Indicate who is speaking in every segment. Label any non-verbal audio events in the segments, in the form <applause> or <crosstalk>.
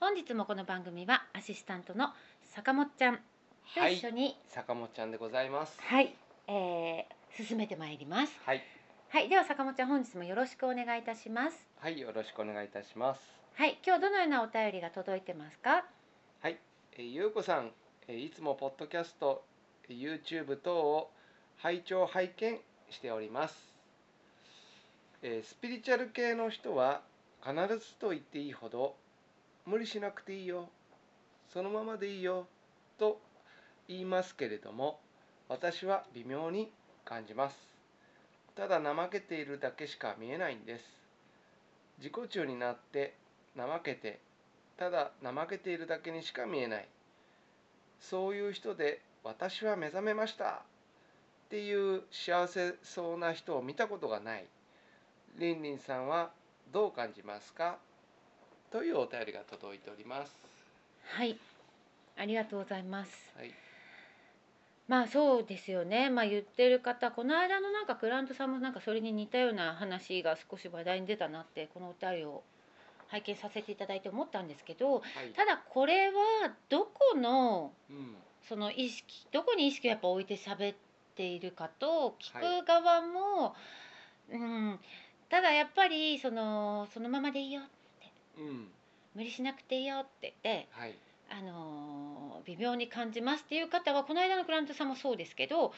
Speaker 1: 本日もこの番組はアシスタントの坂本ちゃんと
Speaker 2: は
Speaker 1: 一緒
Speaker 2: い、
Speaker 1: に、
Speaker 2: 坂本ちゃんでございます。
Speaker 1: はい、えー進めてまいります。
Speaker 2: はい、
Speaker 1: はい、では坂本ちゃん本日もよろしくお願いいたします。
Speaker 2: はい、よろしくお願いいたします。
Speaker 1: はい、今日どのようなお便りが届いてますか？
Speaker 2: えー、ゆうこさん、えーいつもポッドキャスト、えー YouTube 等を拝聴拝見しております。えースピリチュアル系の人は必ずと言っていいほど無理しなくていいよ、そのままでいいよと言いますけれども、私は微妙に感じます。ただ怠けているだけしか見えないんです。自己中になって怠けてただ怠けているだけにしか見えないそういう人で私は目覚めましたっていう幸せそうな人を見たことがないりんりんさんはどう感じますかというお便りが届いております
Speaker 1: はい、ありがとうございます。
Speaker 2: はい
Speaker 1: まあそうですよね、まあ、言ってる方この間のなんかクライアントさんもなんかそれに似たような話が少し話題に出たなってこのお便りを拝見させていただいて思ったんですけど
Speaker 2: はい
Speaker 1: ただこれはどこの
Speaker 2: うん
Speaker 1: その意識どこに意識をやっぱ置いて喋っているかと聞
Speaker 2: はい
Speaker 1: く側も、うん、ただやっぱりそのそのままでいいよ
Speaker 2: うん
Speaker 1: 無理しなくていいよって言って
Speaker 2: はい
Speaker 1: あのー微妙に感じますっていう方はこの間のクライアントさんもそうですけど
Speaker 2: はい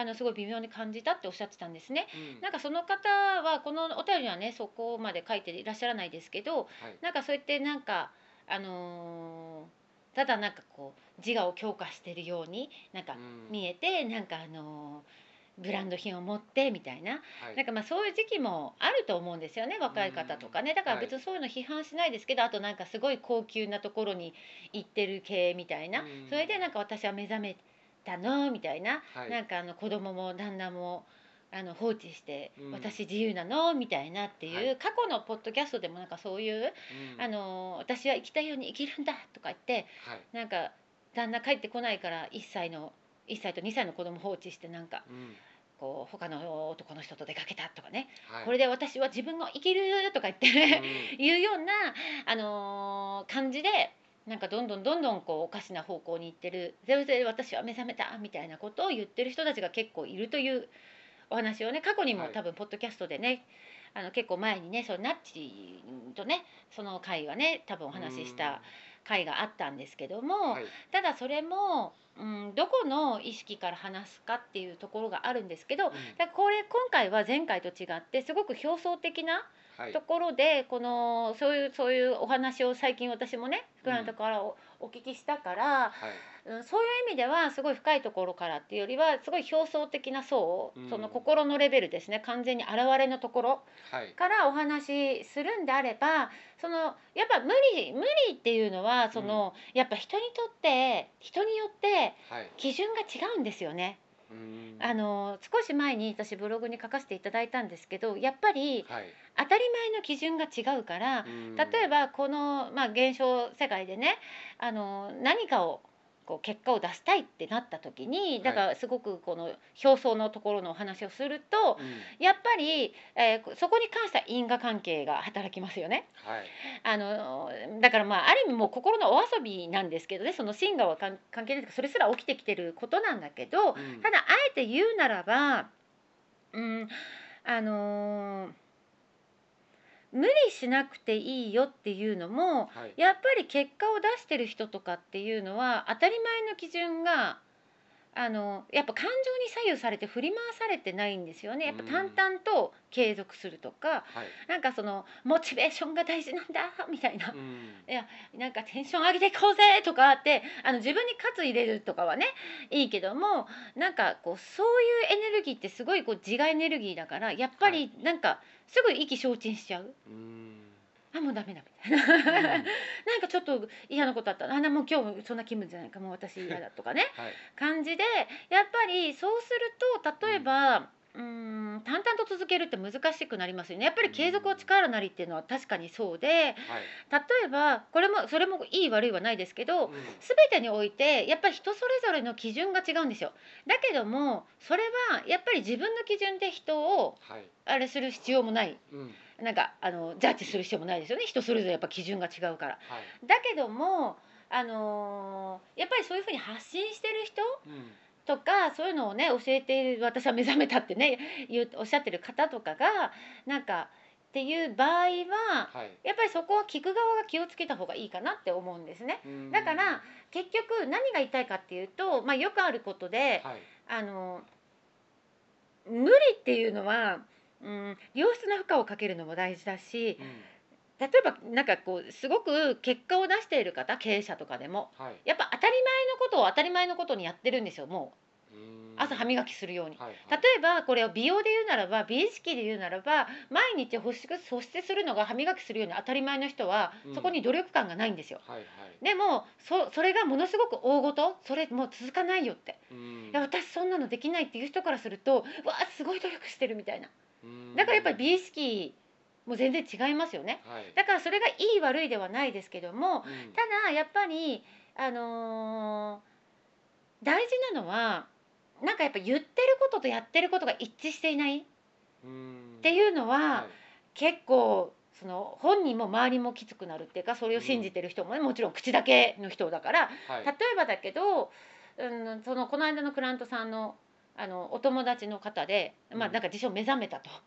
Speaker 1: あのすごい微妙に感じたっておっしゃってたんですね。
Speaker 2: うん
Speaker 1: なんかその方はこのお便りにはねそこまで書いていらっしゃらないですけど
Speaker 2: はい
Speaker 1: なんかそうやってなんかあのーただなんかこう自我を強化してるようになんか
Speaker 2: うん
Speaker 1: 見えてなんかあのーブランド品を持ってみたいな
Speaker 2: はい
Speaker 1: なんかまあそういう時期もあると思うんですよね若い方とかねだから別にそういうの批判しないですけど、あとなんかすごい高級なところに行ってる系みたいな、
Speaker 2: うん
Speaker 1: それでなんか私は目覚めたのみたいな、
Speaker 2: はい
Speaker 1: なんかあの子供も旦那もあの放置して、
Speaker 2: うん
Speaker 1: 私自由なのみたいなっていう、
Speaker 2: はい
Speaker 1: 過去のポッドキャストでもなんかそういう、
Speaker 2: うん
Speaker 1: あの私は生きたいように生きるんだとか言って
Speaker 2: はい
Speaker 1: なんか旦那帰ってこないから1歳の1歳と2歳の子供放置してなんか
Speaker 2: うん
Speaker 1: こう他の男の人と出かけたとかね、
Speaker 2: はい
Speaker 1: これで私は自分が生きると <laughs> か言って、
Speaker 2: う
Speaker 1: いうような、あのー感じでなんかどんどんどんどんこうおかしな方向に行ってる「それで私は目覚めた」みたいなことを言ってる人たちが結構いるというお話をね過去にも
Speaker 2: はい
Speaker 1: 多分ポッドキャストでね、あの結構前にねそのナッチとねその回はね多分お
Speaker 2: ん
Speaker 1: 話しした回があったんですけども、
Speaker 2: うんはい
Speaker 1: ただそれも、うん、どこの意識から話すかって <laughs> いうところがあるんですけど
Speaker 2: うん
Speaker 1: だからこれ今回は前回と違ってすごく表層的な
Speaker 2: はい
Speaker 1: ところでこのそういうそういうお話を最近私もね
Speaker 2: ん
Speaker 1: 福原からおお聞きしたから、
Speaker 2: はい
Speaker 1: うん、そういう意味ではすごい深いところからっていうよりはすごい表層的な層、
Speaker 2: うん
Speaker 1: その心のレベルですね完全に現れのところ
Speaker 2: はい
Speaker 1: からお話しするんであればそのやっぱ無理無理っていうのはその、やっぱ人にとって人によって
Speaker 2: はい
Speaker 1: 基準が違うんですよね。
Speaker 2: うん
Speaker 1: あの少し前に私ブログに書かせていただいたんですけどやっぱり
Speaker 2: はい、
Speaker 1: 当たり前の基準が違うから例えばこの、まあ、現象世界でねあの何かをこう結果を出したいってなった時にだからすごくこの表層のところのお話をすると
Speaker 2: ば、うん
Speaker 1: やっぱり、えーそこに関しては因果関係が働きますよね。
Speaker 2: はい
Speaker 1: あのだからまあある意味もう心のお遊びなんですけどねその真我は関関係ないというかそれすら起きてきてることなんだけど、
Speaker 2: うん
Speaker 1: ただあえて言うならば、うん、あのー無理しなくていいよっていうのも
Speaker 2: はい
Speaker 1: やっぱり結果を出してる人とかっていうのは当たり前の基準があのやっぱ感情に左右されて振り回されてないんですよねやっぱ淡々と継続するとか、
Speaker 2: はい
Speaker 1: なんかそのモチベーションが大事なんだみたいな
Speaker 2: う、ん
Speaker 1: なんかテンション上げていこうぜとかってあの自分に喝入れるとかはねいいけどもなんかこうそういうエネルギーってすごいこう自我エネルギーだからやっぱりなんかすぐ意気消沈しちゃう。 <laughs>
Speaker 2: うん
Speaker 1: あもうダメだみたいな <laughs> なんかちょっと嫌なことあったなあもう今日そんな気分じゃないかもう私嫌だとか <laughs> ね
Speaker 2: はい
Speaker 1: 感じでやっぱりそうすると例えばうーん淡々と続けるって難しくなりますよねやっぱり継続を力なりっていうのは確かにそうで、
Speaker 2: はい
Speaker 1: 例えばこれもそれもいい悪いはないですけど
Speaker 2: うん
Speaker 1: 全てにおいてやっぱり人それぞれの基準が違うんですよだけどもそれはやっぱり自分の基準で人を
Speaker 2: はい
Speaker 1: あれする必要もない
Speaker 2: うん
Speaker 1: なんかあのジャッジする必要もないですよね人それぞれやっぱ基準が違うから
Speaker 2: はい
Speaker 1: だけどもあのーやっぱりそういうふうに発信してる人
Speaker 2: うん
Speaker 1: とかそういうのをね教えている私は目覚めたってね言うおっしゃってる方とかがなんかっていう場合は
Speaker 2: はい
Speaker 1: やっぱりそこは聞く側が気をつけた方がいいかなって思うんですね。
Speaker 2: うん
Speaker 1: だから結局何が言いたいかっていうと、まあ、よくあることで、
Speaker 2: はい
Speaker 1: あの無理っていうのは、うん、良質な負荷をかけるのも大事だし
Speaker 2: うん
Speaker 1: 例えばなんかこうすごく結果を出している方経営者とかでも
Speaker 2: はい
Speaker 1: やっぱ当たり前のことを当たり前のことにやってるんですよも
Speaker 2: うん
Speaker 1: う朝歯磨きするように。
Speaker 2: はいはい
Speaker 1: 例えばこれを美容で言うならば美意識で言うならば毎日保湿保湿するのが歯磨きするように当たり前の人は
Speaker 2: うん
Speaker 1: そこに努力感がないんですよ。
Speaker 2: はいはい
Speaker 1: でもそそれがものすごく大ごとそれもう続かないよって、
Speaker 2: うん
Speaker 1: いや私そんなのできないっていう人からするとわあすごい努力してるみたいな
Speaker 2: うん
Speaker 1: だからやっぱり美意識も全然違いますよね
Speaker 2: はい
Speaker 1: だからそれがいい悪いではないですけども
Speaker 2: うん
Speaker 1: ただやっぱりあのー大事なのはなんかやっぱ言ってることとやってることが一致していないっ
Speaker 2: うん
Speaker 1: ていうのは、
Speaker 2: はい
Speaker 1: 結構その本人も周りもきつくなるっていうかそれを信じてる人もね、もちろん口だけの人だから
Speaker 2: はい
Speaker 1: 例えばだけど、うん、そのこの間のクライアントさんのあのお友達の方で、まあ、
Speaker 2: うん
Speaker 1: なんか自称目覚めたと
Speaker 2: は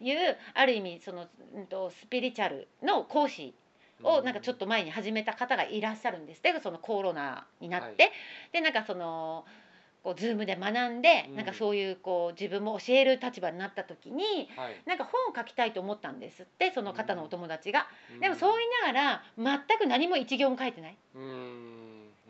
Speaker 2: い
Speaker 1: いう、ある意味その、うん、とスピリチュアルの講師 <laughs> をなんかちょっと前に始めた方がいらっしゃるんですでそのコロナになって、でなんかそのこうズームで学んで、
Speaker 2: うん
Speaker 1: なんかそういうこう自分も教える立場になった時に、
Speaker 2: はい
Speaker 1: なんか本を書きたいと思ったんですってその方のお友達が、
Speaker 2: うん
Speaker 1: でもそう言いながら全く何も一行も書いてない
Speaker 2: うん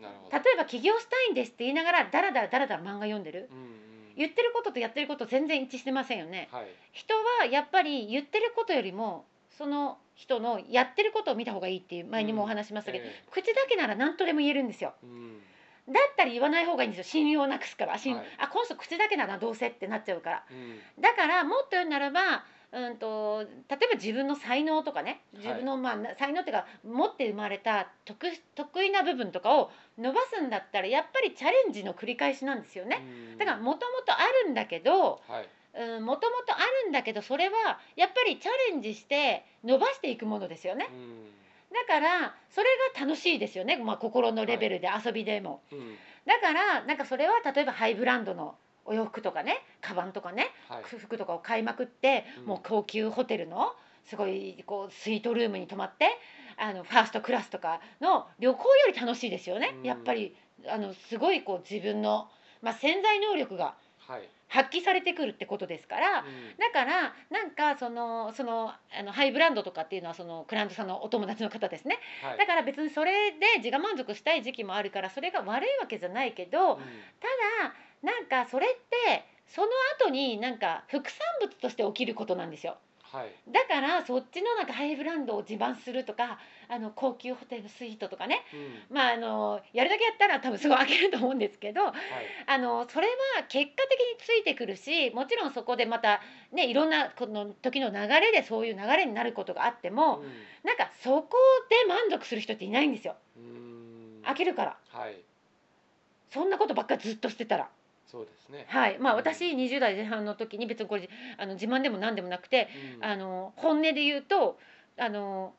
Speaker 2: なるほど
Speaker 1: 例えば起業したいんですって言いながらダラダラダラダラ漫画読んでる
Speaker 2: うんうん
Speaker 1: 言ってることとやってること全然一致してませんよね
Speaker 2: はい
Speaker 1: 人はやっぱり言ってることよりもその人のやってることを見た方がいいっていう前にもお話しましたけど、
Speaker 2: ええ
Speaker 1: 口だけなら何とでも言えるんですよ
Speaker 2: うん
Speaker 1: だったら言わない方がいいんですよ信用なくすから信、
Speaker 2: はい
Speaker 1: あこの人口だけならどうせってなっちゃうから
Speaker 2: うん
Speaker 1: だからもっと言うならば、うん、と例えば自分の才能とかね自分の、まあ、な才能っていうか持って生まれた得得意な部分とかを伸ばすんだったらやっぱりチャレンジの繰り返しなんですよね。
Speaker 2: うん
Speaker 1: だからもともとあるんだけど
Speaker 2: はい
Speaker 1: もともとあるんだけどそれはやっぱりチャレンジして伸ばしていくものですよね
Speaker 2: うん
Speaker 1: だからそれが楽しいですよね、まあ、心のレベルで遊びでも、
Speaker 2: うん
Speaker 1: だからなんかそれは例えばハイブランドのお洋服とかねカバンとかね
Speaker 2: はい
Speaker 1: 服とかを買いまくって、
Speaker 2: うん
Speaker 1: もう高級ホテルのすごいこうスイートルームに泊まってあのファーストクラスとかの旅行より楽しいですよね、
Speaker 2: うん
Speaker 1: やっぱりあのすごいこう自分の、まあ、潜在能力が
Speaker 2: はい
Speaker 1: 発揮されてくるってことですから、
Speaker 2: うん
Speaker 1: だからなんかそのそのあのハイブランドとかっていうのはそのクライアントさんのお友達の方ですね
Speaker 2: はい
Speaker 1: だから別にそれで自我満足したい時期もあるからそれが悪いわけじゃないけ
Speaker 2: う
Speaker 1: ど、
Speaker 2: ん
Speaker 1: ただなんかそれってその後になんか副産物として起きることなんですよ
Speaker 2: はい
Speaker 1: だからそっちのなんかハイブランドを自慢するとかあの高級ホテルスイートとかね
Speaker 2: うん
Speaker 1: まああのやるだけやったら多分すごい飽きると思うんですけど
Speaker 2: はい
Speaker 1: あのそれは結果的についてくるしもちろんそこでまたねいろんなこの時の流れでそういう流れになることがあっても、なんかそこで満足する人っていないんですよ
Speaker 2: うん
Speaker 1: 飽きるから
Speaker 2: はい
Speaker 1: そんなことばっかりずっとしてたら
Speaker 2: そうですね
Speaker 1: はいまあ
Speaker 2: うん
Speaker 1: 私20代前半の時に別にこれあの自慢でも何でもなくて
Speaker 2: うん
Speaker 1: あの本音で言うとあの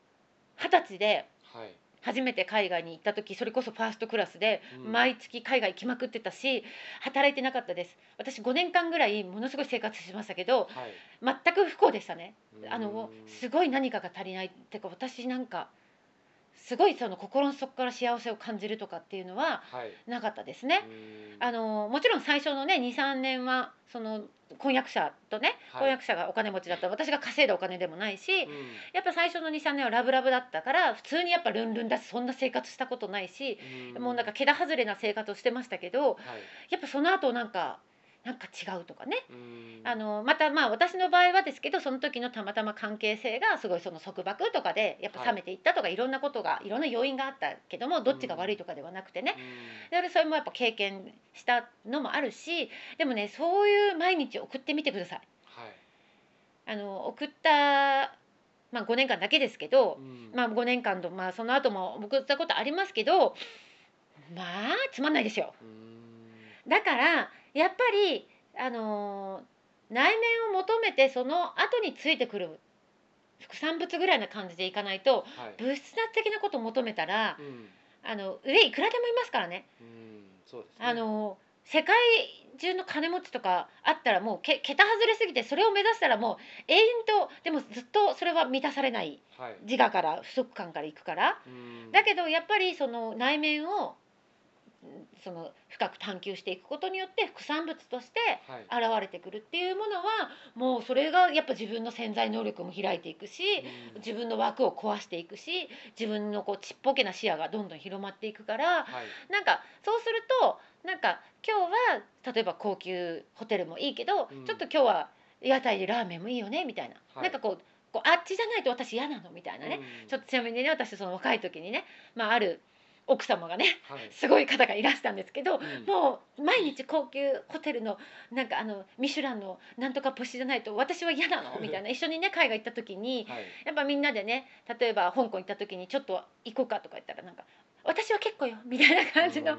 Speaker 1: 二十歳で
Speaker 2: はい
Speaker 1: 初めて海外に行った時それこそファーストクラスで
Speaker 2: うん
Speaker 1: 毎月海外行きまくってたし働いてなかったです私5年間ぐらいものすごい生活しましたけど
Speaker 2: はい
Speaker 1: 全く不幸でしたねあの
Speaker 2: うん
Speaker 1: すごい何かが足りないってか私なんかすごいその心の底から幸せを感じるとかっていうのは
Speaker 2: はい
Speaker 1: なかったですね。
Speaker 2: うん
Speaker 1: あのもちろん最初のね23年はその婚約者とね
Speaker 2: はい
Speaker 1: 婚約者がお金持ちだったら私が稼いだお金でもないし、
Speaker 2: うん
Speaker 1: やっぱ最初の23年はラブラブだったから普通にやっぱルンルンだしそんな生活したことないし、もうなんか桁外れな生活をしてましたけど
Speaker 2: はい
Speaker 1: やっぱその後なんかなんか違うとかね、
Speaker 2: うん
Speaker 1: あのまたまあ私の場合はですけどその時のたまたま関係性がすごいその束縛とかでやっぱ冷めていったとか、い、ろんなことがいろんな要因があったけどもどっちが悪いとかではなくてね、
Speaker 2: うん
Speaker 1: でそれもやっぱ経験したのもあるしでもねそういう毎日送ってみてください。
Speaker 2: はい
Speaker 1: あの送った、まあ、5年間だけですけど、
Speaker 2: うん
Speaker 1: まあ、5年間と、まあ、その後も送ったことありますけどまあつまんないですよ
Speaker 2: うん
Speaker 1: だからやっぱり、あのー内面を求めてその後についてくる副産物ぐらいな感じでいかないと
Speaker 2: はい
Speaker 1: 物質的なことを求めたら
Speaker 2: うん
Speaker 1: あの上いくらでもいますからね。
Speaker 2: うんそうですね
Speaker 1: あの世界中の金持ちとかあったらもうけ桁外れすぎてそれを目指したらもう永遠とでもずっとそれは満たされない
Speaker 2: はい
Speaker 1: 自我から不足感からいくから
Speaker 2: うん
Speaker 1: だけどやっぱりその内面をうんその深く探求していくことによって副産物として
Speaker 2: はい
Speaker 1: 現れてくるっていうものはもうそれがやっぱ自分の潜在能力も開いていくし
Speaker 2: うん
Speaker 1: 自分の枠を壊していくし自分のこうちっぽけな視野がどんどん広まっていくか
Speaker 2: は
Speaker 1: ら
Speaker 2: い
Speaker 1: なんかそうするとなんか今日は例えば高級ホテルもいいけど、
Speaker 2: うん
Speaker 1: ちょっと今日は屋台でラーメンもいいよねみたいな、
Speaker 2: はい
Speaker 1: なんかこうこうあっちじゃないと私嫌なのみたいなね、
Speaker 2: うん
Speaker 1: ちょっとちなみにね私その若い時にね、まあ、ある奥様がね
Speaker 2: はい
Speaker 1: すごい方がいらしたんですけど、
Speaker 2: うん
Speaker 1: もう毎日高級ホテルのなんかあのミシュランのなんとか星じゃないと私は嫌なのみた
Speaker 2: <laughs>
Speaker 1: いな一緒にね海外行った時に、
Speaker 2: はい
Speaker 1: やっぱみんなでね例えば香港行った時にちょっと行こうかとか言ったらなんか「私は結構よ」みたいな感じの、
Speaker 2: うん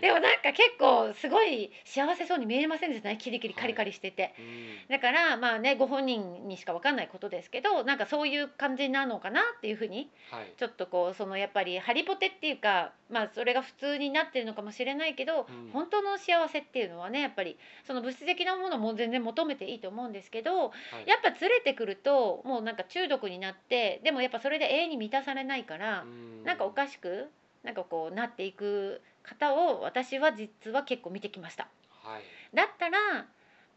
Speaker 1: でもなんか結構すごい幸せそうに見えませんでしたねキリキリカリカリしてて。
Speaker 2: うん
Speaker 1: だからまあねご本人にしか分かんないことですけどなんかそういう感じなのかなっていうふうに
Speaker 2: はい
Speaker 1: ちょっとこうそのやっぱりハリポテっていうかまあそれが普通になってるのかもしれないけど、
Speaker 2: うん
Speaker 1: 本当の幸せっていうのはねやっぱりその物質的なものも全然求めていいと思うんですけど、
Speaker 2: はい
Speaker 1: やっぱずれてくるともうなんか中毒になってでもやっぱそれで永遠に満たされないから
Speaker 2: う、ん
Speaker 1: なんかおかしくなんかこうなっていく方を私は実は結構見てきました
Speaker 2: はい
Speaker 1: だったら、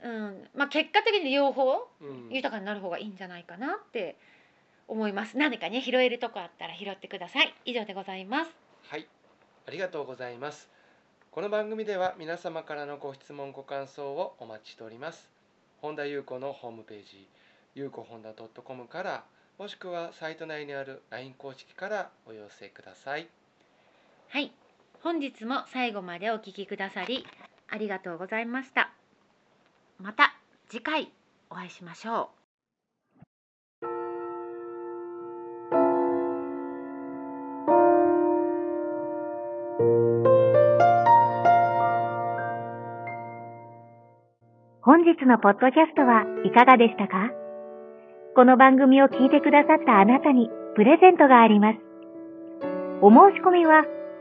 Speaker 1: うんまあ、結果的に両方
Speaker 2: うん
Speaker 1: 豊かになる方がいいんじゃないかなって思います何かね拾えるとこあったら拾ってください以上でございます
Speaker 2: はい、ありがとうございます。この番組では皆様からのご質問ご感想をお待ちしております。本田裕子のホームページ、ゆうこ本田 .com からもしくはサイト内にある LINE 公式からお寄せください。
Speaker 1: はい本日も最後までお聞きくださりありがとうございましたまた次回お会いしましょう
Speaker 3: 本日のポッドキャストはいかがでしたかこの番組を聞いてくださったあなたにプレゼントがあります。お申し込みは、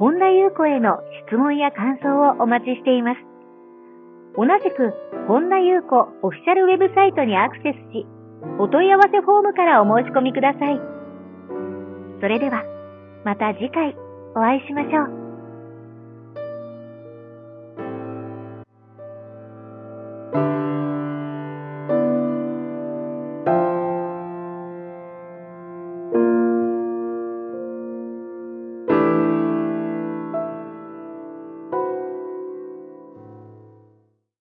Speaker 3: 本田ゆうこへの質問や感想をお待ちしています。同じく、本田ゆうこオフィシャルウェブサイトにアクセスし、お問い合わせフォームからお申し込みください。それでは、また次回お会いしましょう。